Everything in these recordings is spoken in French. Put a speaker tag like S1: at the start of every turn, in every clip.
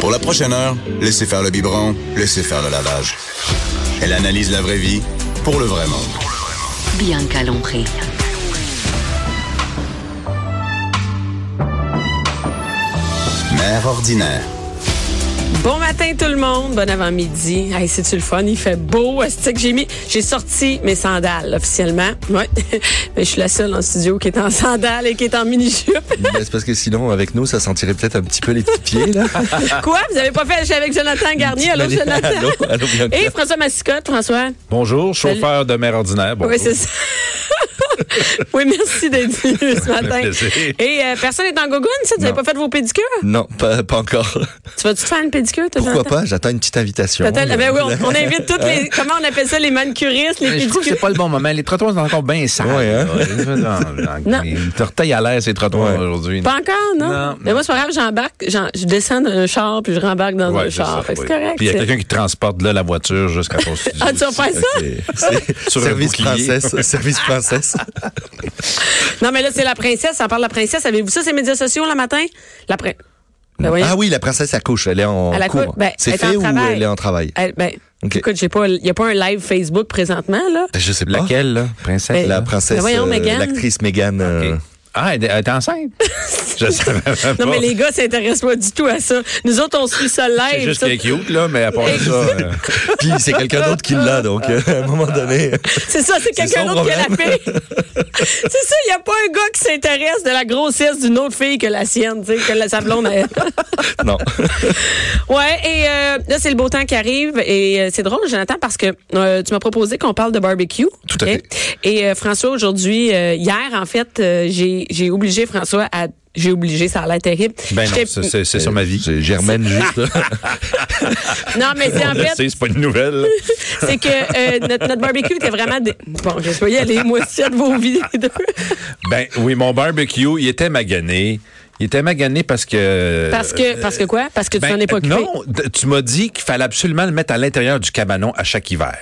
S1: Pour la prochaine heure, laissez faire le biberon, laissez faire le lavage. Elle analyse la vraie vie pour le vrai monde.
S2: Bianca Lompré.
S1: Mère ordinaire.
S3: Bon matin tout le monde, bon avant-midi. Hey, c'est-tu le fun? Il fait beau. C'est que j'ai mis, j'ai sorti mes sandales officiellement. Ouais. Mais je suis la seule en studio qui est en sandales et qui est en mini-jupe.
S4: Mais C'est parce que sinon, avec nous, ça sentirait peut-être un petit peu les petits pieds, là.
S5: Ah.
S3: Quoi? Vous avez pas fait Je suis avec Jonathan Garnier? Allô, Jonathan?
S4: Allô, allô, Bianca.
S3: Et François Massicotte, François?
S5: Bonjour, chauffeur de mer ordinaire. Bonjour.
S3: Oui, c'est ça. oui, merci d'être venu ce matin.
S5: plaisir.
S3: Et euh, personne n'est en gogoune, ça? Vous n'avez pas fait vos pédicures?
S4: Non, pas, pas encore.
S3: Tu vas-tu te faire une pédicure, toi,
S4: Pourquoi
S3: Jonathan?
S4: pas? J'attends une petite invitation.
S3: T'attends- ah ben oui, on, on invite toutes les. Comment on appelle ça? Les manucuristes, les
S5: Mais Ben, je trouve que
S3: pédicures.
S5: c'est pas le bon moment. Les trottoirs sont encore bien sales.
S4: Ouais, hein?
S3: Non.
S5: Ils te retaillent à l'air, ces trottoirs,
S4: Ouais.
S5: aujourd'hui.
S3: Pas encore, non?
S5: Non,
S3: Mais
S5: non.
S3: moi, c'est pas grave, j'embarque, j'en- je descends d'un char, puis je rembarque dans un
S5: Ouais, c'est
S3: char.
S5: ça,
S3: Fait que
S5: oui.
S3: c'est correct.
S5: Puis il y a
S3: c'est-
S5: quelqu'un qui transporte là la voiture jusqu'à ton studio.
S3: Ah, tu vas faire ça?
S4: C'est- c'est-
S5: Sur un
S4: service
S5: bouclier.
S4: princesse. Service princesse.
S3: Ah Non, mais là, c'est la princesse, on parle de la princesse. Avez-vous ça, ces médias sociaux, le matin? La prin- Ben, voyons.
S4: Ah oui, la princesse accouche. Elle est en
S3: Elle accouche.
S4: cours.
S3: Ben, elle
S4: c'est
S3: est en
S4: fait ou
S3: travail.
S4: elle est en travail?
S3: Elle- ben,
S4: Ok.
S3: écoute, j'ai pas, il n'y a pas un live Facebook présentement, là.
S4: Je sais pas.
S5: Laquelle, là? Princesse?
S3: Ben,
S4: La
S5: là?
S4: princesse,
S3: Ah. Ben voyons,
S4: euh,
S3: Meghan.
S4: l'actrice Meghan. euh,
S5: Ah. Ok. Ah, elle elle est enceinte? je savais même pas.
S3: Non, mais les gars s'intéressent pas du tout à ça. Nous autres, on suit ça
S5: C'est
S3: live.
S5: juste
S3: ça.
S5: qu'elle est cute, là, mais à part ça... euh,
S4: Puis c'est quelqu'un d'autre qui l'a, donc euh, à un moment donné.
S3: C'est ça, c'est quelqu'un
S4: son
S3: d'autre qui a la fille. c'est ça, il n'y a pas un gars qui s'intéresse de la grossesse d'une autre fille que la sienne, tu sais, que la sa blonde a-
S4: Non.
S3: Ouais, et euh, là, c'est le beau temps qui arrive. Et euh, c'est drôle, Jonathan, parce que euh, tu m'as proposé qu'on parle de barbecue.
S4: Tout à
S3: OK?
S4: fait.
S3: Et euh, François, aujourd'hui, euh, hier, en fait, euh, j'ai j'ai obligé François à. J'ai obligé, ça a l'air terrible.
S5: Ben non,
S3: J'étais-
S5: c'est- c'est c'est sur ma vie.
S4: C'est Germaine juste. là.
S3: non, mais c'est en
S5: Je
S3: fait,
S5: sais, c'est pas une nouvelle.
S3: c'est que euh, notre, notre barbecue était vraiment. Des... Bon, je vais y aller, moi, si de vos vies, les deux.
S5: Ben oui, mon barbecue, il était magané. Il était magané parce que...
S3: Parce que, parce que quoi? Parce que tu
S5: Ben,
S3: n'en es pas occupé.
S5: Non, d- tu m'as dit qu'il fallait absolument le mettre à l'intérieur du cabanon à chaque hiver.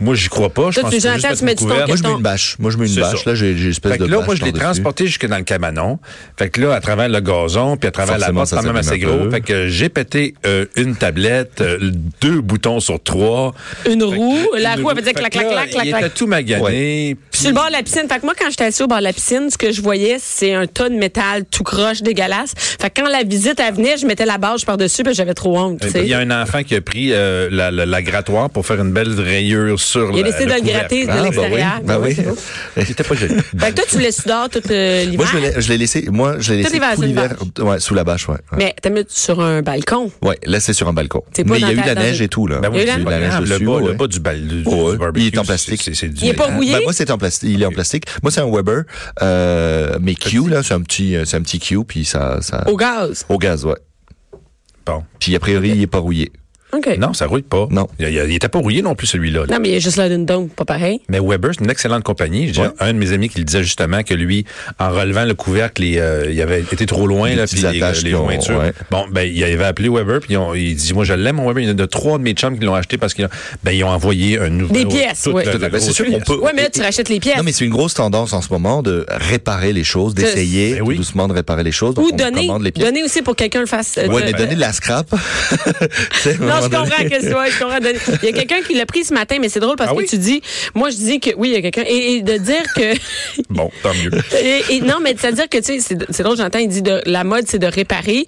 S5: Moi, j'y crois pas. Je
S3: Toi,
S5: pense
S3: tu-
S5: qu'il faut juste
S3: Jonathan, tu
S5: mettre
S3: mets
S5: une
S3: du ton que-
S4: Moi,
S5: couverte.
S4: je mets une bâche. Moi, je mets une
S5: C'est
S4: bâche.
S5: ça.
S4: Là, j'ai j'ai une espèce
S5: Fait que
S4: de
S5: là,
S4: bâche
S5: moi, je l'ai
S4: par-dessus.
S5: transporté jusque dans le cabanon. Fait que là, à travers le gazon, puis à travers
S4: Forcément,
S5: la porte,
S4: ça
S5: quand même assez
S4: s'abîme un
S5: gros.
S4: peu.
S5: Fait que j'ai pété euh, une tablette, euh, deux boutons sur trois.
S3: Une
S5: Fait que-
S3: roue, la
S5: une
S3: roue, elle faisait
S5: Fait
S3: clac,
S5: que là,
S3: clac, clac, clac,
S5: Il
S3: clac.
S5: était tout magané.
S3: Puis sur le bord de la piscine. Fait que moi, quand j'étais assis au bord de la piscine, ce que je voyais, c'est un tas de métal tout croche, dégueulasse. Fait que quand la visite, elle venait, je mettais la barge par-dessus, puis j'avais trop honte, tu
S5: Puis,
S3: sais.
S5: euh, Il y a un enfant qui a pris euh, la, la- la grattoir pour faire une belle rayure sur
S3: Il a
S5: la-
S3: décidé de le
S5: couvercle.
S3: gratter de
S5: Ah, ben
S3: l'extérieur.
S5: oui.
S4: Ben
S3: Ouais,
S4: oui.
S3: c'est beau.
S5: Il était pas joli.
S3: Fait que toi, tu voulais sudor tout euh, l'hiver.
S4: Moi, je l'ai- je l'ai laissé. Moi, je l'ai laissé
S3: l'hiver, sous
S4: tout l'hiver. euh, Ouais, sous la bâche, ouais. ouais.
S3: Mais t'as mis sur un balcon.
S4: Ouais, là, c'est sur un balcon.
S3: C'est pas
S4: Mais il y a
S3: dans
S4: eu
S3: ta-
S4: la
S3: dans
S4: neige
S3: une-
S4: et tout, là.
S3: Ben oui,
S4: y a eu
S3: c'est
S4: la neige
S5: le,
S4: dessus.
S5: bas,
S4: ouais.
S5: le bas du, bal, du- du
S4: Ouais.
S5: barbecue,
S4: Il est en
S5: c'est-
S4: plastique.
S5: c'est- c'est du-
S3: Il est pas rouillé.
S4: Ben, moi, c'est en plastique. Il est en plastique. Moi, c'est un Weber. Euh, mais Q, là, c'est un petit, euh, c'est un petit Q, puis ça, ça.
S3: Au gaz.
S4: Au gaz, ouais.
S5: Bon.
S4: Puis, a priori, il est pas rouillé.
S3: OK.
S5: Non, ça rouille pas.
S4: Non.
S5: Il, il- il était pas rouillé non plus, celui-là. là.
S3: Non, mais il y a juste là d'une dôme, pas pareil.
S5: Mais Weber, c'est une excellente compagnie. J'ai
S4: Ouais.
S5: un de mes amis qui le disait justement que lui, en relevant le couvercle, les, euh, il avait été trop loin,
S4: Les
S5: là, puis
S4: petites
S5: les,
S4: attaches
S5: les
S4: qui ont-
S5: jointures.
S4: ouais.
S5: Bon, ben, il avait appelé Weber, puis ils ont- il dit, moi, je l'aime, mon Weber. Il y en a de trois de mes chums qui l'ont acheté parce qu'ils ont, ben, ils ont envoyé un nouveau.
S3: Des pièces,
S5: toute
S3: ouais.
S5: la-
S3: Tout à
S5: la
S4: fait. C'est
S5: grosse
S4: sûr qu'on
S5: pièce.
S4: peut-
S3: Ouais, mais là, tu rachètes les pièces.
S4: Non, mais c'est une grosse tendance en ce moment de réparer les choses, d'essayer
S5: Ben oui.
S4: tout doucement de réparer les choses. Donc,
S3: Ou
S4: on
S3: donner.
S4: commande les pièces.
S3: Donner aussi pour que quelqu'un le fasse. euh,
S4: Ouais,
S3: de-
S4: mais donner de la scrap. non,
S3: Non, je comprends que c'est ouais, je comprends. Denis. Il y a quelqu'un qui l'a pris ce matin, mais c'est drôle parce
S5: Ah
S3: que
S5: oui?
S3: tu dis, moi je dis que oui, il y a quelqu'un et, et de dire que
S5: Bon, tant mieux.
S3: et, et non, mais c'est à dire que tu sais, c'est c'est drôle, j'entends, il dit de la mode, c'est de réparer,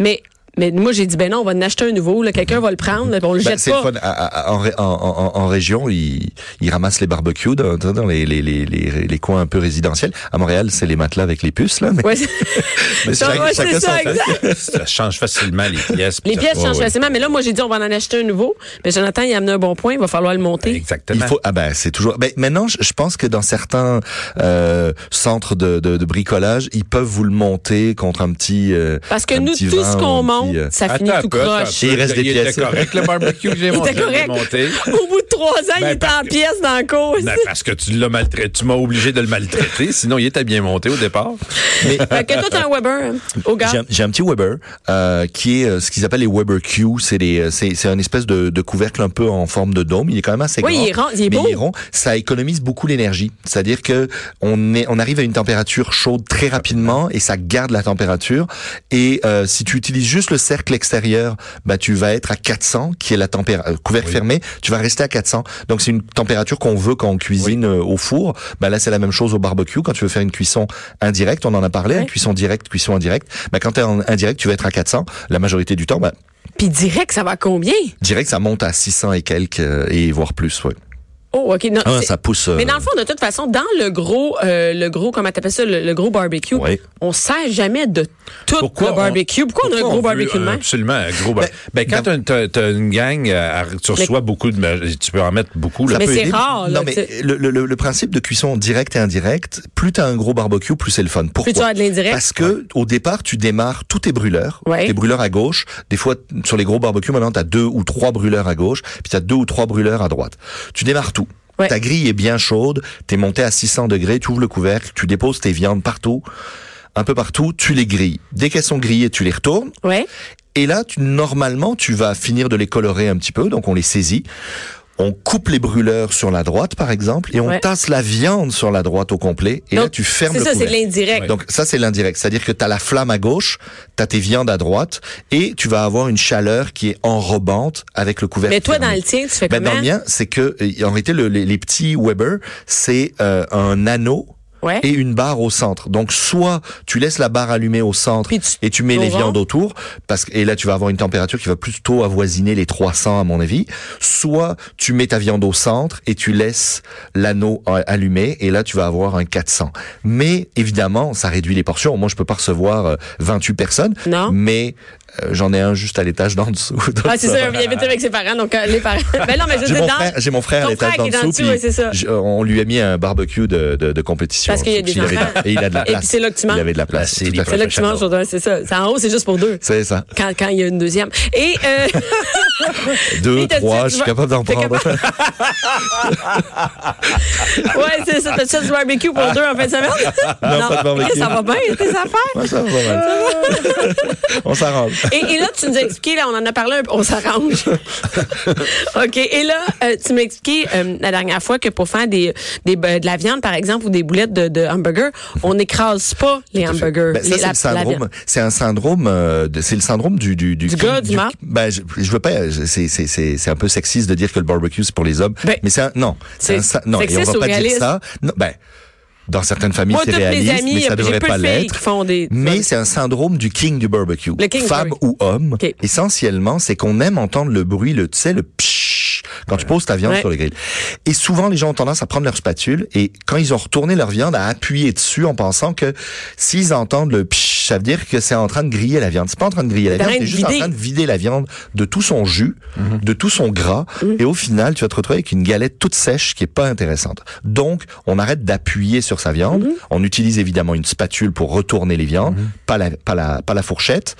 S3: mais Mais moi, j'ai dit, ben non, on va en acheter un nouveau. là. Quelqu'un va le prendre, là, puis on le
S4: Ben,
S3: jette
S4: c'est
S3: pas.
S4: le fun. À- à- à- en, ré- en- en- en- en région, ils, ils ramassent les barbecues dans, dans- dans les, les, les, les- les coins un peu résidentiels. À Montréal, c'est les matelas avec les puces, là. Mais,
S3: Ouais, c'est-
S4: mais
S3: Non,
S4: chaque-
S3: Ah, ouais,
S4: chacun
S3: c'est
S4: son
S3: ça,
S4: truc.
S3: exact.
S5: ça change facilement les pièces. puis
S3: Les
S5: ça-
S3: pièces
S5: ouais,
S3: changent
S5: ouais.
S3: facilement, mais là, moi, j'ai dit, on va en acheter un nouveau. Mais Jonathan, il a amené un bon point, il va falloir le monter.
S5: Exactement.
S4: Il faut ah ben c'est toujours ben maintenant je, je pense que dans certains euh, centres de, de, de bricolage ils peuvent vous le monter contre un petit euh,
S3: Parce que
S4: un
S3: nous,
S4: petit
S3: tout
S4: vin,
S3: ce
S4: un
S3: qu'on
S4: petit,
S3: monte,
S4: euh,
S3: ça finit
S5: Attends
S3: tout
S5: un peu, attends un
S3: croche.
S5: peu.
S4: Il reste des
S5: était
S4: pièces.
S5: correct, le barbecue que j'ai
S3: Il
S5: monté.
S3: était correct.
S5: monté.
S3: Au bout de trois ans, il
S5: Ben,
S3: était
S5: parce
S3: en
S5: que-
S3: pièces dans la cause.
S5: Ben, parce que tu l'as maltraité. Tu m'as obligé de le maltraiter. Sinon, il était bien monté au départ.
S3: Fait que toi, t'es un Weber, hein, au gars.
S4: J'ai un- J'ai un petit Weber euh, qui est euh, ce qu'ils appellent les Weber Q. C'est des, euh, c'est c'est un espèce de, de couvercle un peu en forme de dôme. Il est quand même assez
S3: Oui,
S4: grand.
S3: il est rond, il est
S4: mais
S3: beau.
S4: il est rond. Ça économise beaucoup l'énergie. C'est-à-dire que on est, on arrive à une température chaude très rapidement et ça garde la température. Et euh, si tu utilises juste le cercle extérieur, bah tu vas être à 400, qui est la température couvercle fermé. Tu vas rester à 400. Donc c'est une température qu'on veut quand on cuisine euh, au four. Bah là c'est la même chose au barbecue. Quand tu veux faire une cuisson indirecte, on en a parlé,
S3: Ouais.
S4: hein, cuisson directe, cuisson indirecte. Bah quand t'es en indirect, tu vas être à 400. La majorité du temps, bah
S3: Puis direct, ça va à combien?
S4: direct ça monte à 600 et quelques euh, et voire plus. Ouais.
S3: Oh, OK. Non,
S4: Ah,
S3: c'est-
S4: ça pousse. euh,
S3: Mais dans le fond, de toute façon, dans le gros, euh, le gros, comment t'appelles ça, le, le gros barbecue,
S4: Ouais.
S3: on sert jamais de tout
S5: Pourquoi
S3: le
S5: on-
S3: barbecue. Pourquoi, on a un
S5: Pourquoi
S3: gros
S5: veut
S3: barbecue de
S5: un-
S3: même?
S5: Absolument, un gros barbecue. Ben, quand t'as une- t'as t'as une gang, euh, à- tu reçois beaucoup de. ma- Tu peux en mettre beaucoup, là.
S3: Mais
S4: peut
S3: c'est
S4: aider.
S3: rare, là,
S4: non, mais
S3: t'sais.
S4: le, le- le- le principe de cuisson directe et indirecte, plus t'as un gros barbecue, plus c'est le fun. Pourquoi
S3: tu as de l'indirect.
S4: Parce que au départ, tu démarres tous tes brûleurs,
S3: Ouais.
S4: tes brûleurs à gauche. Des fois, sur les gros barbecues, maintenant, t'as deux ou trois brûleurs à gauche, puis t'as deux ou trois brûleurs à droite. Tu démarres tout.
S3: Ouais.
S4: Ta grille est bien chaude, t'es monté à 600 degrés, tu ouvres le couvercle, tu déposes tes viandes partout, un peu partout, tu les grilles. Dès qu'elles sont grillées, tu les retournes.
S3: Ouais.
S4: Et là, tu, normalement, tu vas finir de les colorer un petit peu, donc on les saisit. On coupe les brûleurs sur la droite, par exemple, et on
S3: Ouais.
S4: tasse la viande sur la droite au complet, et là,
S3: Donc,
S4: tu fermes
S3: C'est
S4: le
S3: ça, c'est de
S4: couvercle.
S3: l'indirect.
S4: Donc ça c'est l'indirect, c'est-à-dire que tu as la flamme à gauche, tu as tes viandes à droite et tu vas avoir une chaleur qui est enrobante avec le couvercle.
S3: Mais toi,
S4: fermé.
S3: dans le tien, tu fais
S4: Ben,
S3: comment?
S4: dans le mien, c'est que euh, en réalité le- les, les petits Weber, c'est euh, un anneau
S3: Ouais.
S4: et une barre au centre. Donc soit tu laisses la barre allumée au centre
S3: Puis tu-
S4: et tu mets
S3: au
S4: les
S3: vent.
S4: viandes autour parce que et là tu vas avoir une température qui va plutôt avoisiner les 300 à mon avis, soit tu mets ta viande au centre et tu laisses l'anneau euh, allumé et là tu vas avoir un 400. Mais évidemment, ça réduit les portions. Moi je peux pas recevoir euh, 28 personnes,
S3: Non.
S4: mais euh, j'en ai un juste à l'étage d'en dessous. Donc,
S3: Ah, c'est
S4: ça va.
S3: ça, il habite avec ses parents, donc euh, les parents. Ben non, mais je
S4: J'ai
S3: sais
S4: mon,
S3: dans-
S4: frère, j'ai mon frère
S3: Ton
S4: à l'étage
S3: frère
S4: d'en
S3: qui est dans
S4: dessous,
S3: dessous, ouais, c'est ça.
S4: puis je- on lui a mis un barbecue de, de, de compétition.
S3: Parce qu'il y a
S4: en dessous,
S3: des
S4: puis il avait de
S3: enfants.
S4: la- Et il a de la
S3: Et puis
S4: place.
S3: c'est là que tu manges.
S4: Il avait de la place.
S5: c'est
S4: tout à
S5: libre.
S4: fait.
S3: C'est là que tu manges, aujourd'hui, c'est ça. C'est en haut, c'est juste pour deux.
S4: C'est ça.
S3: Quand, quand il y a une deuxième. Et, euh,
S4: Deux,
S3: Et t'as dit,
S4: trois,
S3: tu vas-
S4: je suis capable d'en
S3: t'es
S4: prendre.
S3: ouais, c'est ça. T'as-tu fait du barbecue pour deux en fin de semaine?
S4: Ah. Non, pas de barbecue.
S3: Ça va bien, tes affaires?
S4: Ouais, ça va pas mal. On s'arrange.
S3: Et, et là, tu nous as expliqué, là, on en a parlé un peu, on s'arrange. OK. Et là, euh, tu m'as expliqué euh, la dernière fois que pour faire des, des be- de la viande, par exemple, ou des boulettes de, de hamburger, on n'écrase pas les hamburgers.
S4: Ben, ça,
S3: les-
S4: c'est
S3: la-
S4: le
S3: la viande.
S4: syndrome. C'est un syndrome. euh, de- c'est le syndrome du du du.
S3: Du gars, du mâle.
S4: Ben, je, je veux pas. je- C'est c'est c'est c'est un peu sexiste de dire que le barbecue c'est pour les hommes.
S3: Ben,
S4: mais c'est un, non.
S3: c'est
S4: un sy- non. Et on
S3: sexiste
S4: va
S3: ou
S4: pas dire
S3: réaliste?
S4: ça. Non, ben. Dans certaines familles,
S3: Moi,
S4: c'est
S3: toutes mes
S4: réaliste,
S3: amies,
S4: mais ça
S3: j'ai
S4: devrait
S3: peu
S4: pas
S3: de filles
S4: l'être.
S3: qui font des-
S4: Mais c'est un syndrome du king du barbecue.
S3: Le king du
S4: Femme
S3: barbecue.
S4: ou homme,
S3: Ok.
S4: essentiellement, c'est qu'on aime entendre le bruit, le tu sais, le pshhh quand tu poses ta viande
S3: Ouais.
S4: sur le grill. Et souvent, les gens ont tendance à prendre leur spatule et quand ils ont retourné leur viande, à appuyer dessus en pensant que s'ils entendent le pshhh, ça veut dire que c'est en train de griller la viande. C'est pas en train de griller la
S3: T'es en
S4: viande,
S3: train
S4: c'est
S3: de
S4: juste en
S3: vider.
S4: train de vider la viande de tout son jus,
S5: Mhm.
S4: de tout son gras.
S3: Mhm.
S4: Et au final, tu vas te retrouver avec une galette toute sèche qui est pas intéressante. Donc, on arrête d'appuyer sur sa viande.
S3: Mhm.
S4: On utilise évidemment une spatule pour retourner les viandes,
S5: Mhm.
S4: pas, la, pas, la, pas la fourchette.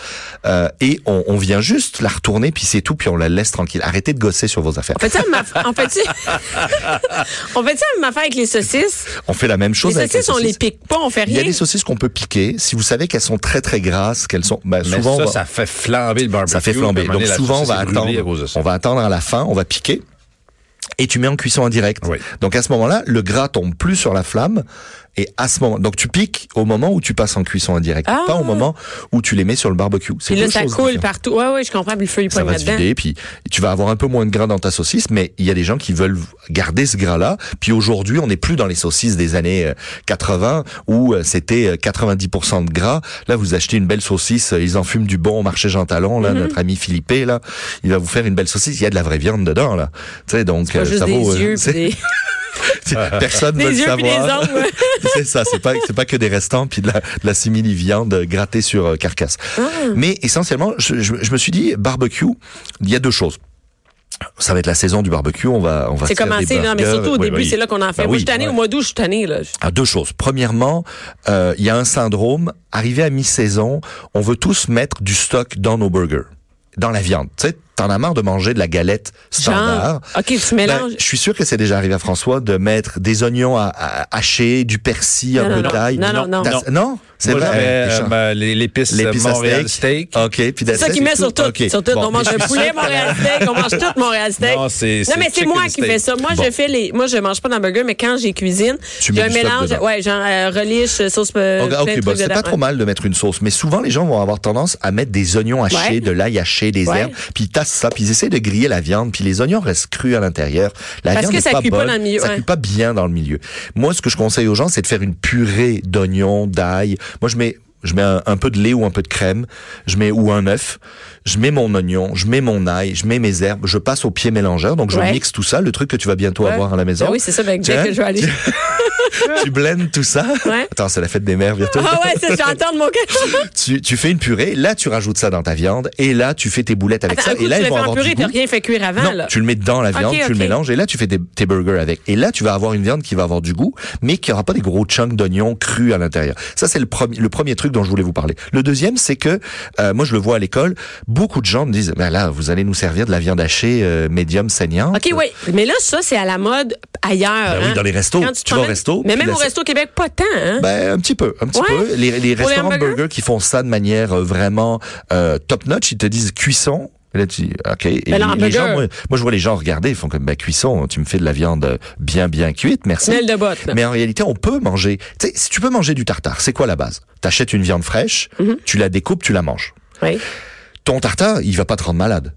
S4: Euh, et on, on vient juste la retourner, puis c'est tout, puis on la laisse tranquille. Arrêtez de gosser sur vos affaires.
S3: On fait ça, en fait, on fait ça, même affaire avec les saucisses.
S4: On fait la même chose
S3: Les
S4: avec
S3: saucisses,
S4: les
S3: on les
S4: saucisses.
S3: pique pas, on fait
S4: Il y
S3: rien.
S4: a des saucisses qu'on peut piquer. Si vous savez qu'elles sont très très grasses, qu'elles sont ben,
S5: Mais
S4: souvent on
S5: ça,
S4: va-
S5: ça fait flamber le barbecue.
S4: Ça fait
S5: À un
S4: flamber.
S5: moment
S4: Donc
S5: donné, la
S4: souvent, on
S5: saucisse
S4: va
S5: est brûlée
S4: attendre.
S5: à cause de ça.
S4: On va attendre à la fin, on va piquer. Et tu mets en cuisson en direct.
S5: Oui.
S4: Donc à ce moment-là, le gras tombe plus sur la flamme Et à ce moment, donc tu piques au moment où tu passes en cuisson indirect,
S3: Ah.
S4: pas au moment où tu les mets sur le barbecue. C'est
S3: Puis là,
S4: deux
S3: ça
S4: choses
S3: coule
S4: différentes.
S3: partout. Ouais, ouais, je comprends. Puis le feu, il
S4: Ça
S3: pogne
S4: va se
S3: là-dedans.
S4: vider, puis tu vas avoir un peu moins de gras dans ta saucisse, mais il y a des gens qui veulent garder ce gras-là. Puis aujourd'hui, on n'est plus dans les saucisses des années euh, 80 où euh, c'était euh, 90% de gras. Là, vous achetez une belle saucisse, euh, ils en fument du bon au marché Jean Talon.
S3: Mm-hmm.
S4: Là, notre ami Philippe, là, il va vous faire une belle saucisse. Il y a de la vraie viande dedans, là. Tu sais, donc
S3: Pas
S4: euh,
S3: juste
S4: ça vaut. euh,
S3: des yeux, puis
S4: c'est-
S3: des,
S4: Personne ne
S3: des
S4: veut le
S3: yeux, puis des
S4: savoir.
S3: ongles.
S4: c'est ça, c'est pas c'est pas que des restants puis de la, de la simili viande grattée sur euh, carcasse.
S3: Ah.
S4: Mais essentiellement, je, je- je me suis dit barbecue, il y a deux choses. Ça va être la saison du barbecue, on va on va
S3: C'est
S4: se faire des
S3: commencé, non, mais
S4: burgers.
S3: surtout au
S4: Oui,
S3: début,
S4: oui.
S3: c'est là qu'on en fait.
S4: Ben
S3: Moi, je
S4: oui,
S3: suis tannée,
S4: ouais.
S3: au mois d'août, je suis tannée, là.
S4: Ah, deux choses. Premièrement, euh, il y a un syndrome. Arrivé à mi-saison, on veut tous mettre du stock dans nos burgers, dans la viande. Tu sais, t'en as marre de manger de la galette standard.
S3: Genre, OK, tu
S4: Ben,
S3: mélanges.
S4: je suis sûr que c'est déjà arrivé à François de mettre des oignons à, à- hachés, du persil, un
S3: Non,
S4: peu
S3: non,
S4: de
S3: non.
S4: d'ail.
S3: Non, non, non.
S4: T'as- c'est
S5: Moi,
S4: vrai.
S5: je mets,
S4: Ouais,
S5: euh,
S4: Richard.
S5: ben, les- l'épice
S4: L'épice à
S5: Montréal steak.
S3: Euh,
S4: Ok, puis
S3: C'est ça
S4: d'assiette
S3: qui
S4: et
S3: met sur tout.
S4: Ok.
S3: Sur tout.
S4: Bon,
S3: on mange
S4: mais
S3: un
S4: je suis
S3: poulet
S4: sûr qu'à la-
S3: Montréal Steak. On mange tout Montréal Steak.
S5: Non, c'est-
S3: Non,
S5: c'est
S3: mais c'est
S5: chicken
S3: moi qui
S5: steak.
S3: fais ça. Moi, je
S5: Bon.
S3: fais les. Moi, je mange pas d'hamburger, mais quand j'ai cuisine, j'ai
S4: Tu mets
S3: un
S4: du stock
S3: mélange.
S4: dedans.
S3: Ouais, genre euh, relish, sauce. euh,
S4: Ok,
S3: plein de
S4: ok,
S3: trucs
S4: bon, c'est
S3: dedans.
S4: pas trop mal de mettre une sauce, mais souvent les gens vont avoir tendance à mettre des oignons hachés,
S3: Ouais.
S4: de l'ail haché, des
S3: Ouais.
S4: herbes, puis ils tassent ça, puis ils essaient de griller la viande, puis les oignons restent crus à l'intérieur. La
S3: Parce
S4: viande
S3: que
S4: n'est
S3: ça
S4: pas
S3: cuit pas
S4: bonne,
S3: dans le milieu,
S4: ça
S3: ouais.
S4: cuit pas bien dans le milieu. Moi, ce que je conseille aux gens, c'est de faire une purée d'oignons, d'ail. Moi, je mets je mets un, un peu de lait ou un peu de crème, je mets ou un œuf, je mets mon oignon, je mets mon ail, je mets mes herbes, je passe au pied mélangeur, donc je
S3: Ouais.
S4: mixe tout ça, le truc que tu vas bientôt
S3: Ouais.
S4: avoir à la maison.
S3: Ben oui, c'est ça, ben,
S4: Tiens,
S3: dès que je vais aller.
S4: tu blends tout ça.
S3: Ouais.
S4: Attends, c'est la fête des mères bientôt
S3: Ah ouais, c'est j'entends de mon cœur.
S4: tu, tu fais une purée, là tu rajoutes ça dans ta viande, et là tu fais tes boulettes avec
S3: Attends,
S4: ça,
S3: un coup,
S4: et là
S3: tu l'as
S4: elles
S3: fait
S4: vont
S3: en
S4: avoir
S3: purée,
S4: du
S3: t'as
S4: goût.
S3: rien fait cuire avant,
S4: Non,
S3: là.
S4: tu le mets dans la
S3: Ok,
S4: viande, tu
S3: ok.
S4: le mélanges, et là tu fais tes, tes burgers avec. Et là tu vas avoir une viande qui va avoir du goût, mais qui aura pas des gros chunks d'oignons crus à l'intérieur. Ça c'est le premier, le premier truc dont je voulais vous parler. Le deuxième c'est que, euh, moi je le vois à l'école, beaucoup de gens me disent, ben là vous allez nous servir de la viande hachée euh, médium saignante.
S3: OK, oui. Mais là, ça, c'est à la mode ailleurs.
S4: Ben oui,
S3: hein.
S4: dans les restos.
S3: Quand tu,
S4: Tu vas au
S3: promènes-
S4: resto,
S3: Mais
S4: puis
S3: même
S4: la-
S3: au resto Québec, pas tant, hein?
S4: Ben un petit peu, un petit
S3: Ouais.
S4: peu. Les, les
S3: Pour les
S4: restaurants de
S3: hamburgers?
S4: burgers qui font ça de manière euh, vraiment euh, top notch, ils te disent cuisson. Et là tu dis, ok. Et
S3: Mais le
S4: les- les
S3: Ben, hamburger-
S4: gens, moi, moi, je vois les gens regarder, ils font comme bah cuisson, tu me fais de la viande bien bien cuite, merci.
S3: Semelle de botte, là.
S4: Mais en réalité, on peut manger. Tu sais, si tu peux manger du tartare, c'est quoi la base T'achètes une viande fraîche,
S3: Mm-hmm.
S4: tu la découpes, tu la manges
S3: Oui.
S4: ton tartare, il va pas te rendre malade.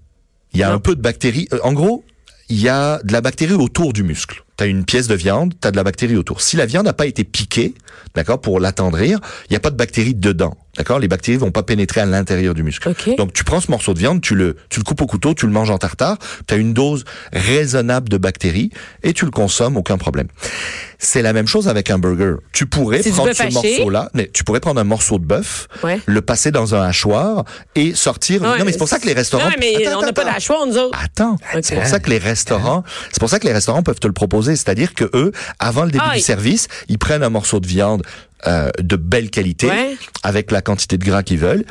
S4: Il y a un peu de bactéries. Euh, En gros, il y a de la bactérie autour du muscle. T'as une pièce de viande, t'as de la bactérie autour. Si la viande n'a pas été piquée, d'accord, pour l'attendrir, il n'y a pas de bactéries dedans, d'accord. Les bactéries vont pas pénétrer à l'intérieur du muscle.
S3: Ok.
S4: Donc tu prends ce morceau de viande, tu le, tu le coupes au couteau, tu le manges en tartare. T'as une dose raisonnable de bactéries et tu le consommes, aucun problème. C'est la même chose avec un burger. Tu pourrais
S3: C'est du
S4: prendre
S3: bœuf
S4: ce
S3: haché.
S4: morceau-là, mais tu pourrais prendre un morceau de bœuf,
S3: Ouais.
S4: le passer dans un hachoir et sortir
S3: Ouais,
S4: non, mais c'est pour ça que les restaurants.
S3: Non, mais
S4: Attends,
S3: on n'a
S4: attends,
S3: pas la choix, nous autres.
S4: Attends, c'est pour
S3: Ok.
S4: ça que les restaurants, c'est pour ça que les restaurants peuvent te le proposer, c'est-à-dire que eux, avant le début
S3: Ah,
S4: du
S3: ils-
S4: service, ils prennent un morceau de viande euh, de belle qualité,
S3: Ouais.
S4: avec la quantité de gras qu'ils veulent.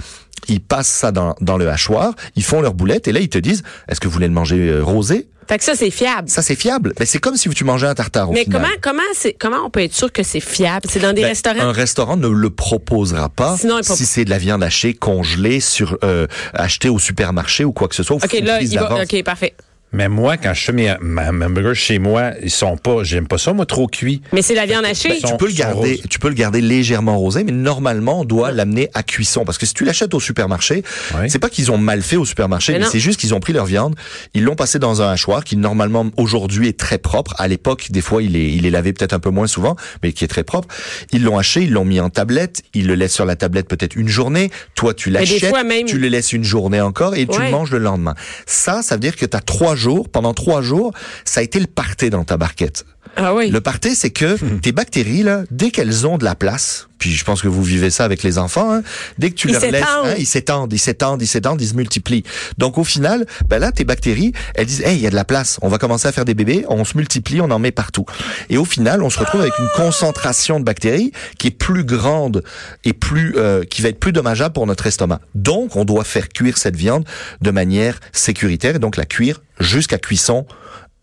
S4: Ils passent ça dans, dans le hachoir, ils font leur boulette et là ils te disent est-ce que vous voulez le manger euh, rosé
S3: Fait que ça, c'est fiable.
S4: Ça c'est fiable, mais c'est comme si tu mangeais un tartare au
S3: mais
S4: final.
S3: comment, comment, c'est, comment on peut être sûr que c'est fiable? C'est dans des
S4: Ben, Un
S3: restaurants.
S4: restaurant ne le proposera pas
S3: Sinon, il
S4: si
S3: propose-
S4: c'est de la viande hachée, congelée, sur, euh, achetée au supermarché ou quoi que ce soit. ou
S3: OK,
S4: une
S3: là,
S4: prise
S3: il va.
S4: d'avance.
S3: OK, parfait.
S5: Mais moi, quand je fais mes, ma- mes hamburgers chez moi, ils sont pas, j'aime pas ça, moi, trop cuit.
S3: Mais c'est la viande hachée.
S5: Ils sont-
S4: Tu peux, le
S5: sont
S4: garder,
S5: roses.
S4: tu peux le garder légèrement rosé, mais normalement, on doit l'amener à cuisson. Parce que si tu l'achètes au supermarché,
S5: Ouais.
S4: c'est pas qu'ils ont mal fait au supermarché,
S3: Mais
S4: mais
S3: non.
S4: c'est juste qu'ils ont pris leur viande, ils l'ont passé dans un hachoir qui, normalement, aujourd'hui est très propre. À l'époque, des fois, il est, il est lavé peut-être un peu moins souvent, mais qui est très propre. Ils l'ont haché, ils l'ont mis en tablette, ils le laissent sur la tablette peut-être une journée. Toi, tu
S3: des
S4: l'achètes,
S3: fois même-
S4: tu le laisses une journée encore et tu
S3: Ouais.
S4: le manges le lendemain. Ça, ça veut dire que tu as trois jours, pendant trois jours, ça a été le parté dans ta barquette.
S3: Ah oui. Hmm.
S4: Le parté, c'est que tes bactéries, là, dès qu'elles ont de la place, puis je pense que vous vivez ça avec les enfants, hein, dès que tu
S3: Ils
S4: leur laisses,
S3: s'étendent.
S4: hein, ils s'étendent, ils s'étendent, ils s'étendent, ils se multiplient. Donc au final, ben là, tes bactéries, elles disent, hey, il y a de la place, on va commencer à faire des bébés, on se multiplie, on en met partout. Et au final, on se retrouve avec une concentration de bactéries qui est plus grande et plus, euh, qui va être plus dommageable pour notre estomac. Donc, on doit faire cuire cette viande de manière sécuritaire et donc la cuire jusqu'à cuisson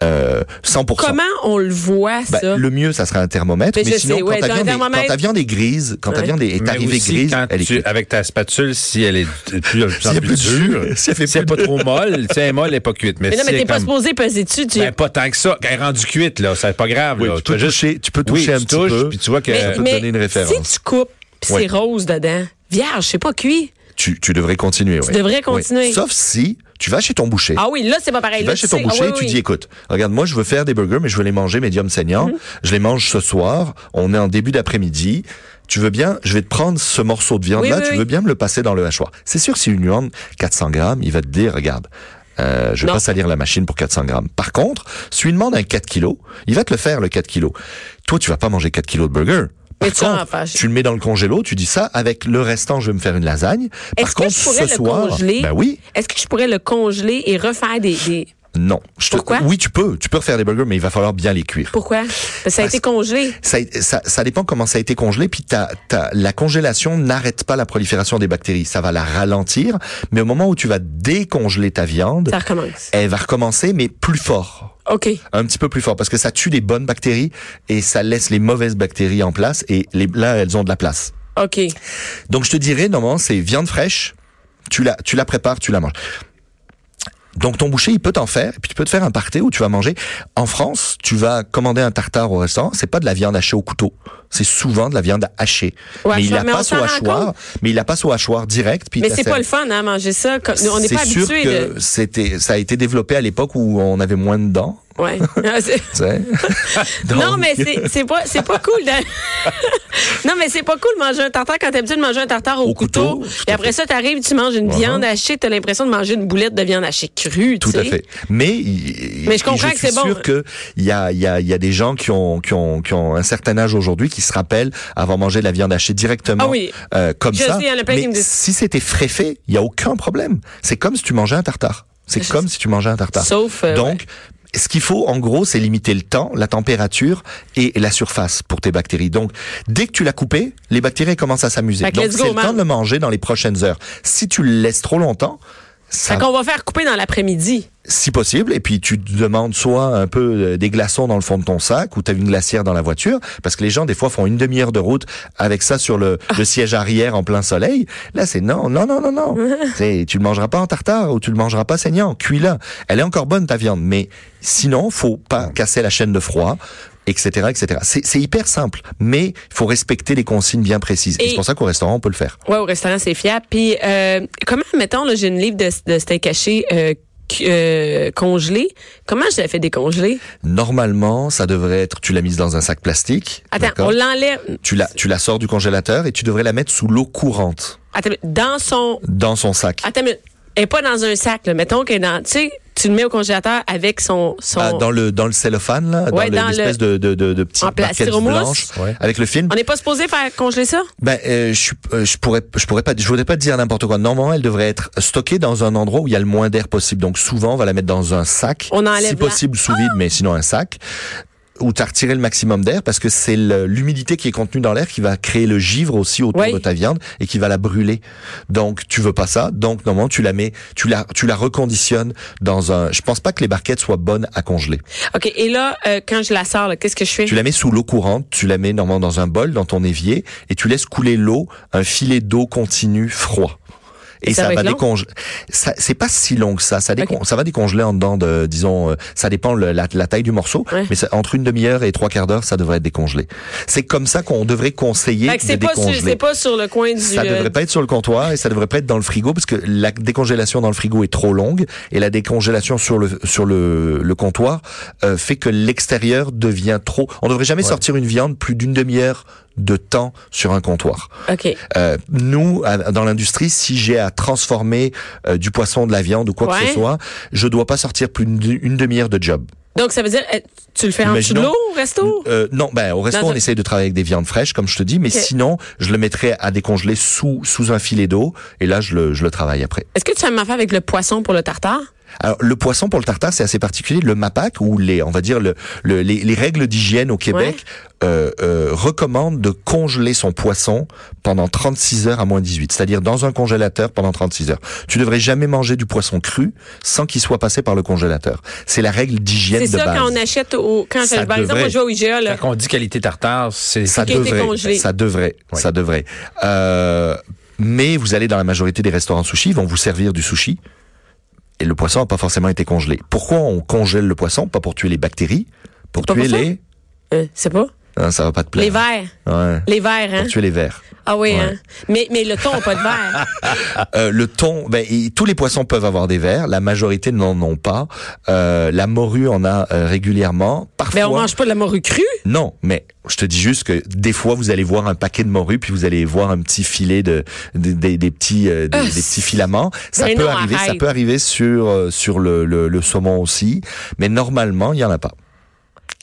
S4: euh, 100%.
S3: Comment on le voit,
S4: Ben,
S3: ça?
S4: le mieux, ça serait un thermomètre.
S3: Mais
S4: Mais,
S3: je
S4: sinon,
S3: sais, ouais,
S4: quand, ta
S3: t'as un
S4: viande est, quand
S3: thermomètre.
S4: ta viande est grise, quand ta
S3: Ouais.
S4: viande est, est
S5: Mais
S4: arrivée
S5: aussi,
S4: grise,
S5: quand
S4: elle est
S5: tu-
S4: cuite.
S5: avec ta spatule, si elle est de plus, de plus en
S4: S'il y a
S5: plus
S4: plus de jus,
S5: dure,
S4: si elle fait
S5: si elle n'est
S4: plus
S5: pas trop molle, si elle est molle, elle n'est pas cuite. Mais,
S3: mais non,
S5: si
S3: mais
S5: elle
S3: t'es
S5: est
S3: pas
S5: comme-
S3: supposé peser dessus. Tu...
S4: euh,
S5: Ben, pas tant que ça. Quand elle est rendue cuite, là, c'est pas grave.
S4: Oui,
S5: là.
S4: tu peux
S5: fais
S4: toucher- tu peux toucher
S5: Oui,
S4: un
S5: tu
S4: petit
S5: touches,
S4: peu.
S5: Puis tu vois que.
S4: Mais- ça peut te donner une référence.
S3: si tu coupes, puis
S4: Ouais.
S3: c'est rose dedans, vierge, c'est pas cuit.
S4: Tu, tu devrais continuer. Tu
S3: devrais continuer.
S4: Sauf si tu vas chez ton boucher.
S3: Ah oui, là, c'est pas pareil.
S4: Tu
S3: Là,
S4: vas chez ton
S3: sais-
S4: boucher
S3: ah oui,
S4: et tu
S3: oui.
S4: dis, écoute, regarde, moi, je veux faire des burgers, mais je veux les manger médium saignant.
S3: Mm-hmm.
S4: Je les mange ce soir. On est en début d'après-midi. Tu veux bien, je vais te prendre ce morceau de viande-là.
S3: Oui, oui,
S4: tu
S3: oui.
S4: veux bien me le passer dans le hachoir. C'est sûr que si une viande, 400 grammes, il va te dire, regarde, euh, je vais
S3: Non.
S4: pas salir la machine pour 400 grammes. Par contre, si tu lui demandes un 4 kilos, il va te le faire, le 4 kilos. Toi, tu vas pas manger 4 kilos de burger. Par
S3: Mais tu vas en
S4: contre,
S3: faire.
S4: tu le mets dans le congélo, tu dis ça, avec le restant, je vais me faire une lasagne. Par
S3: Est-ce que
S4: contre,
S3: je pourrais
S4: ce
S3: le
S4: soir,
S3: congeler?
S4: ben oui,
S3: Est-ce que je pourrais le congeler et refaire des. des-
S4: non. Je te-
S3: Pourquoi?
S4: Oui, tu peux. Tu peux refaire des burgers, mais il va falloir bien les cuire.
S3: Pourquoi? Parce que ça a
S4: Parce-
S3: été congelé.
S4: Ça, ça, ça dépend comment ça a été congelé, puis ta- ta- la congélation n'arrête pas la prolifération des bactéries. Ça va la ralentir, mais au moment où tu vas décongeler ta viande,
S3: Ça recommence.
S4: elle va recommencer, mais plus fort.
S3: OK.
S4: Un petit peu plus fort, parce que ça tue les bonnes bactéries et ça laisse les mauvaises bactéries en place, et les, là, elles ont de la place.
S3: OK.
S4: Donc je te dirais, normalement, c'est viande fraîche, tu la, tu la prépares, tu la manges. Donc ton boucher, il peut t'en faire, et puis tu peux te faire un parté où tu vas manger. En France, tu vas commander un tartare au restaurant, c'est pas de la viande hachée au couteau, c'est souvent de la viande hachée.
S3: Au
S4: mais il
S3: hachoir,
S4: la
S3: mais on
S4: passe au
S3: s'en rend
S4: hachoir,
S3: compte.
S4: mais il la passe au hachoir direct. Puis il
S3: Mais
S4: te la
S3: c'est
S4: sert.
S3: pas le fun, hein, manger ça. Comme- On n'est pas
S4: C'est sûr
S3: habitué
S4: que
S3: de.
S4: c'était, ça a été développé à l'époque où on avait moins de dents.
S3: Ouais. Ah, C'est-
S4: tu sais.
S3: non,
S4: Donc-
S3: mais c'est c'est pas, c'est pas cool. de- non, mais c'est pas cool de manger un tartare quand t'es habitué de manger un tartare au,
S4: Au couteau,
S3: couteau.
S4: tout
S3: Et
S4: à
S3: après
S4: fait.
S3: ça,
S4: Uh-huh.
S3: t'arrives, tu manges une viande hachée, t'as l'impression de manger une boulette de viande hachée crue.
S4: Tout
S3: tu
S4: à
S3: sais.
S4: fait. Mais, il-
S3: Mais je comprends
S4: suis
S3: que c'est bon.
S4: sûr que il y a, il y, a, il y a des gens qui ont, qui ont, qui ont un certain âge aujourd'hui qui se rappellent avoir mangé de la viande hachée directement
S3: Ah oui.
S4: euh, comme
S3: Je
S4: ça.
S3: sais, il y en a plein qui me
S4: Mais
S3: disent-
S4: si c'était frais fait, il y a aucun problème. C'est comme si tu mangeais un tartare. C'est
S3: Je
S4: comme si tu mangeais un tartare.
S3: Sauf, euh,
S4: Donc, ce qu'il faut, en gros, c'est limiter le temps, la température et la surface pour tes bactéries. Donc, dès que tu l'as coupé, les bactéries elles commencent à s'amuser.
S3: Fait que
S4: Donc,
S3: let's go,
S4: c'est le
S3: man.
S4: temps de le manger dans les prochaines heures. Si tu le laisses trop longtemps, ça
S3: Fait qu'on va faire couper dans l'après-midi.
S4: si possible, et puis tu te demandes soit un peu euh, des glaçons dans le fond de ton sac, ou t'as une glacière dans la voiture, parce que les gens des fois font une demi-heure de route avec ça sur le,
S3: Ah.
S4: le siège arrière en plein soleil. Là, c'est non, non, non, non, non. C'est, tu le mangeras pas en tartare ou tu le mangeras pas saignant. Cuis-la. Elle est encore bonne ta viande, mais sinon, faut pas casser la chaîne de froid. Etc. etc. C'est c'est hyper simple, mais il faut respecter les consignes bien précises. Et,
S3: Et-
S4: c'est pour ça qu'au restaurant, on peut le faire.
S3: Ouais, au restaurant, c'est fiable. Puis, euh, comment, mettons, là, j'ai une livre de, de steak haché euh, cu- euh, congelé. Comment je la fais décongeler?
S4: Normalement, ça devrait être, tu l'as mise dans un sac plastique.
S3: Attends,
S4: d'accord
S3: on l'enlève.
S4: Tu la, tu la sors du congélateur et tu devrais la mettre sous l'eau courante
S3: Attends, dans son
S4: dans son sac.
S3: Attends, mais elle est pas dans un sac. Là. Mettons qu'elle est dans. Tu sais, tu le mets au congélateur avec son. son
S4: Ah, dans le dans le cellophane là,
S3: Ouais,
S4: dans
S3: dans
S4: le- l'espèce de de de, de petite
S3: En plastique
S4: barquette
S3: remousse.
S4: blanche
S5: Ouais.
S4: avec le film.
S3: On n'est pas supposé faire congeler ça?
S4: Ben euh, je suis- euh, je pourrais je pourrais pas je voudrais pas dire n'importe quoi. Normalement, elle devrait être stockée dans un endroit où il y a le moins d'air possible. Donc souvent, on va la mettre dans un sac,
S3: On enlève
S4: si
S3: la-
S4: possible sous vide, mais sinon un sac où tu as retiré le maximum d'air parce que c'est le- l'humidité qui est contenue dans l'air qui va créer le givre aussi autour
S3: Oui.
S4: de ta viande et qui va la brûler. Donc tu veux pas ça. Donc normalement, tu la mets, tu la tu la reconditionnes dans un je pense pas que les barquettes soient bonnes à congeler.
S3: OK. Et là, euh, quand je la sors, là, qu'est-ce que je fais?
S4: Tu la mets sous l'eau courante, tu la mets normalement dans un bol, dans ton évier, et tu laisses couler l'eau, un filet d'eau continu, froid. Et,
S3: ça
S4: ça,
S3: va
S4: va
S3: être long?
S4: décongeler. C'est pas si long que ça. Ça, décon- ça va décongeler en dedans de, disons, euh, ça dépend le- la, la taille du morceau,
S3: Ouais.
S4: mais ça- entre une demi-heure et trois quarts d'heure, ça devrait être décongelé. C'est comme ça qu'on devrait conseiller
S3: Fait que
S4: de
S3: c'est pas, sur,
S4: décongeler.
S3: c'est pas sur le coin du.
S4: Ça
S3: euh,
S4: devrait pas être sur le comptoir et ça devrait pas être dans le frigo parce que la décongélation dans le frigo est trop longue et la décongélation sur le sur le, le comptoir euh, fait que l'extérieur devient trop. On devrait jamais sortir une viande plus d'une demi-heure de temps sur un comptoir.
S3: OK.
S4: Euh, nous, à- dans l'industrie, si j'ai à transformer euh, du poisson, de la viande ou quoi que
S3: Ouais.
S4: ce soit, je dois pas sortir plus d'une une demi-heure de job.
S3: Donc, ça veut dire, euh, tu le fais en dessous de
S4: Imaginons-
S3: l'eau au resto?
S4: Euh, non, ben au resto
S3: Dans un-
S4: on essaye de travailler avec des viandes fraîches, comme je te dis, mais
S3: Ok.
S4: sinon je le mettrais à décongeler sous sous un filet d'eau et là je le je le travaille après.
S3: Est-ce que tu as ma faire avec le poisson pour le tartare?
S4: Alors, le poisson pour le tartare, c'est assez particulier. Le MAPAC, ou les, on va dire, le, le- les, les règles d'hygiène au Québec, euh, euh, recommandent de congeler son poisson pendant 36 heures à moins 18, c'est-à-dire dans un congélateur pendant 36 heures. Tu devrais jamais manger du poisson cru sans qu'il soit passé par le congélateur. C'est la règle d'hygiène
S3: C'est
S4: de
S3: ça
S4: base.
S3: quand on achète au. Quand
S5: Ça
S3: par exemple,
S5: devrait.
S3: moi, je vais au IGA, là.
S5: Quand on dit qualité tartare, c'est
S4: ça
S3: qui a été
S4: devrait,
S3: congelé.
S4: ça devrait,
S5: Oui.
S4: ça devrait. Euh, mais vous allez dans la majorité des restaurants de sushi, ils vont vous servir du sushi. Et le poisson n'a pas forcément été congelé. Pourquoi on congèle le poisson Pas pour tuer les bactéries, pour
S3: Pas
S4: tuer
S3: pour ça?
S4: les...
S3: Euh, c'est pas?
S4: Non, ça va pas te plaire.
S3: Les verres.
S4: Ouais.
S3: Les verres, hein?
S4: Pour tuer les vers.
S3: Ah oui,
S4: Ouais.
S3: hein? Mais, mais le thon n'a pas de verre. Ah.
S4: Euh, le thon, ben, et tous les poissons peuvent avoir des vers. La majorité n'en ont pas. Euh, la morue en a euh, régulièrement. Parfois,
S3: Mais on mange pas de la morue crue.
S4: Non, mais je te dis juste que des fois vous allez voir un paquet de morue puis vous allez voir un petit filet de, de- des- des petits euh, des,
S3: Euh,
S4: des petits filaments. Ça
S3: mais
S4: peut
S3: non,
S4: arriver, ça
S3: arrête.
S4: peut arriver sur euh, sur le, le, le saumon aussi, mais normalement il y en a pas.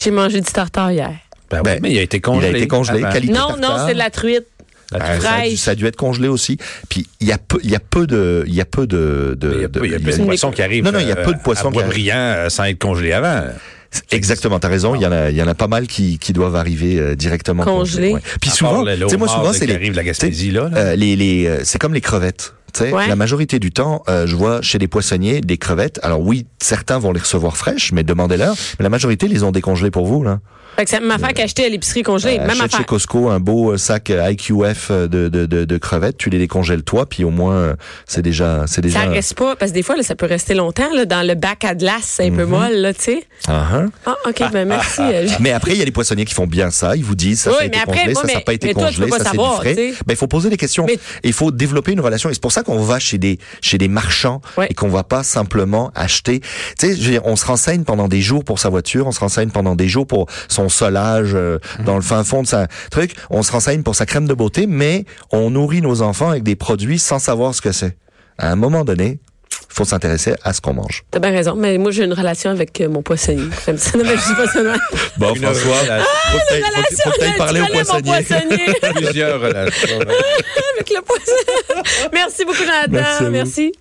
S3: J'ai mangé du tartare hier.
S5: Ben oui,
S4: Ben,
S5: mais il a été
S4: Il
S5: congelé.
S4: a été congelé,
S5: avant. Ah,
S4: qualité
S3: Non, non,
S4: tartare.
S3: c'est de la truite.
S4: Ben, ça, a dû,
S3: fraîche.
S4: ça a dû être congelé aussi. Puis il y a peu il y a peu de il y a peu de, de-
S5: Il y a
S4: de-
S5: peu- il y a
S4: il y a-
S5: peu de poissons qui arrivent.
S4: Non, non, il y a peu de
S5: euh,
S4: poissons
S5: à bois
S4: qui arrivent.
S5: brillant euh, sans être congelé avant.
S4: Exactement, t'as raison. Il y en a, il y en a pas mal qui, qui doivent arriver euh, directement
S3: Congelés.
S4: Puis
S5: À
S4: souvent,
S5: part le- le
S4: tu sais, moi
S5: homard
S4: souvent
S5: dès
S4: c'est
S5: qu'il
S4: les
S5: arrive de la Gaspésie,
S4: tu sais,
S5: là, là.
S4: euh, les, les, euh, c'est comme les crevettes. tu sais.
S3: Ouais.
S4: La majorité du temps, euh, je vois chez les poissonniers des crevettes. Alors oui, certains vont les recevoir fraîches, mais demandez-leur. Mais la majorité les ont décongelées pour vous là.
S3: Fait que ça m'a fait qu'acheter à l'épicerie congelée.
S4: Euh,
S3: Même
S4: Achète
S3: affaire.
S4: chez Costco un beau euh, sac euh, IQF euh, de, de, de, de crevettes. Tu les décongèles toi, puis au moins euh, c'est déjà c'est déjà.
S3: Ça reste pas, parce que des fois, là, ça peut rester longtemps, là, dans le bac à glace, c'est un
S4: Mhm.
S3: peu molle, là, tu sais.
S4: Ah, hein.
S3: Ah, OK, ben merci. euh, j'ai-
S4: Mais après, il y a les poissonniers qui font bien ça. Ils vous disent ça,
S3: Oui,
S4: ça a été
S3: mais après,
S4: congelé,
S3: moi,
S4: ça, ça n'a
S3: mais-
S4: pas été
S3: mais toi, tu
S4: congelé,
S3: peux pas
S4: ça c'est
S3: savoir,
S4: du frais.
S3: tu sais.
S4: Ben, il faut poser des questions.
S3: Mais-
S4: Et Il faut développer une relation. Et c'est pour ça qu'on va chez des chez des marchands
S3: Ouais.
S4: et qu'on va pas simplement acheter. Tu sais, je veux dire, on se renseigne pendant des jours pour sa voiture, on se renseigne pendant des jours pour son solage euh,
S3: Mmh.
S4: dans le fin fond de sa truc, on se renseigne pour sa crème de beauté, mais on nourrit nos enfants avec des produits sans savoir ce que c'est. À un moment donné, faut s'intéresser à ce qu'on mange.
S3: T'as bien raison, mais moi, j'ai une relation avec euh, mon poissonnier. J'aime ça. Non, mais je dis pas ça, non.
S4: Bon,
S5: Une
S4: François,
S5: relation.
S4: faut que t'ailles- faut que-
S3: Relation,
S4: faut que t'ailles
S3: là,
S4: parler
S3: tu
S4: au
S3: connais mon
S4: poissonnier.
S3: poissonnier.
S5: Plusieurs relations.
S3: avec le poisson. Merci beaucoup, Jonathan.
S4: Merci à vous.
S3: Merci.